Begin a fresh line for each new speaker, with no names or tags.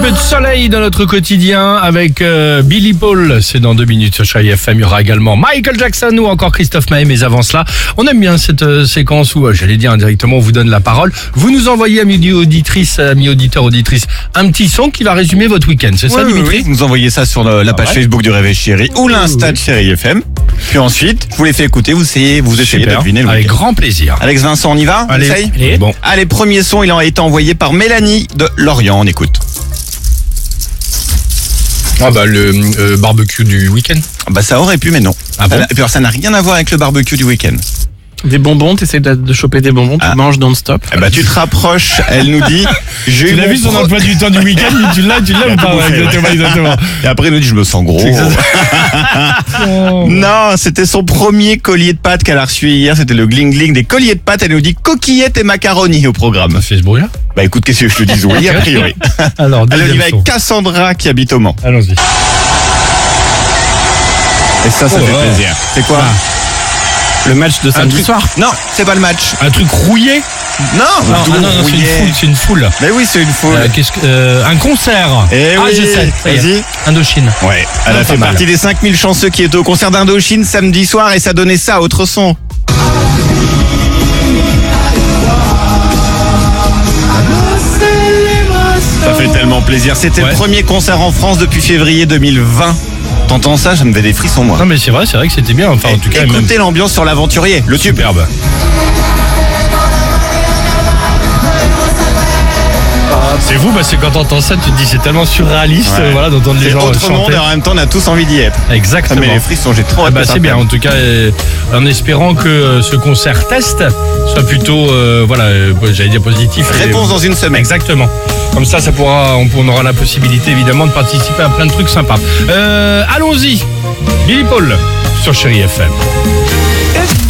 peu de soleil dans notre quotidien avec euh, Billy Paul. C'est dans deux minutes. Chérie FM, il y aura également Michael Jackson ou encore Christophe Maé. Mais avant cela, on aime bien cette euh, séquence où, euh, j'allais dire indirectement, on vous donne la parole. Vous nous envoyez, amis auditrices, amis auditeurs, auditrices, un petit son qui va résumer votre week-end. C'est ça,
Oui, oui,
Dimitri
oui, vous nous envoyez ça sur le- la page
ouais.
Facebook du Réveil Chéri ou l'Insta de Chéri FM. Puis ensuite, je vous les fais écouter, vous essayez, vous essayez de
Super.
deviner le
Avec
week-end.
grand plaisir.
Alex Vincent, on y va On essaye
Allez. Bon.
Allez, premier son, il a été envoyé par Mélanie de Lorient, on écoute.
Ah bah le euh, barbecue du week-end.
Ah Bah ça aurait pu, mais non.
Ah bon
Ça n'a- puis alors, ça n'a rien à voir avec le barbecue du week-end.
Des bonbons, t'essayes de, de choper des bonbons, tu
Ah.
manges non-stop.
Eh bah tu te rapproches, elle nous dit. J'ai eu mon pro-
du temps du week-end Tu l'as, tu l'as ou
pas Ouais, exactement, Et après, elle nous dit, je me sens gros. Non, c'était son premier collier de pâtes qu'elle a reçu hier. C'était le gling gling des colliers de pâtes. Elle nous dit coquillettes et macaroni au programme.
fait ce bruit-là
Bah écoute, qu'est-ce que je te dis Oui, a priori.
Alors,
Allez, on y
deuxième
va
son.
avec Cassandra qui habite au Mans.
Allons-y.
Et ça, ça
Oh, Ah.
fait
ouais.
plaisir. C'est quoi
Le match de samedi
truc-
soir.
Non, c'est pas le match.
Un truc rouillé
Non,
Non, ah
doux,
non, non, c'est une
rouillé.
foule, c'est une foule.
Mais oui, c'est une foule.
Euh, qu'est-ce que- euh, un concert.
Eh
ah,
oui,
je sais. ça y est.
vas-y.
Indochine.
Ouais, elle
pas
a fait
mal.
partie des 5000 chanceux qui étaient au concert d'Indochine samedi soir et ça donnait ça, autre son. Ça fait tellement plaisir. C'était
Ouais.
le premier concert en France depuis février 2020. T'entends ça Ça me fait des frissons, moi.
Non, mais c'est vrai, c'est vrai que c'était bien. Enfin, en tout cas, même.
Écoutez l'ambiance sur l'aventurier, le tube.
Superbe. C'est vous, parce que quand t'entends ça, tu te dis c'est tellement surréaliste,
Ouais.
euh, voilà, d'entendre les
C'est
gens euh,
autre monde
chanter.
et en même temps, on a tous envie d'y être. Ça me
Exactement.
met les frissons, j'ai trop
Ah
hâte
bah
que ça
c'est bien,
reprenne.
en tout cas, euh, en espérant que euh, ce concert test soit plutôt, euh, voilà, euh, j'allais dire positif. et-
Réponse dans une semaine.
Exactement. Comme ça, ça pourra, on, on aura la possibilité évidemment de participer à plein de trucs sympas. Euh, Allons-y, Billy Paul sur Chéri FM.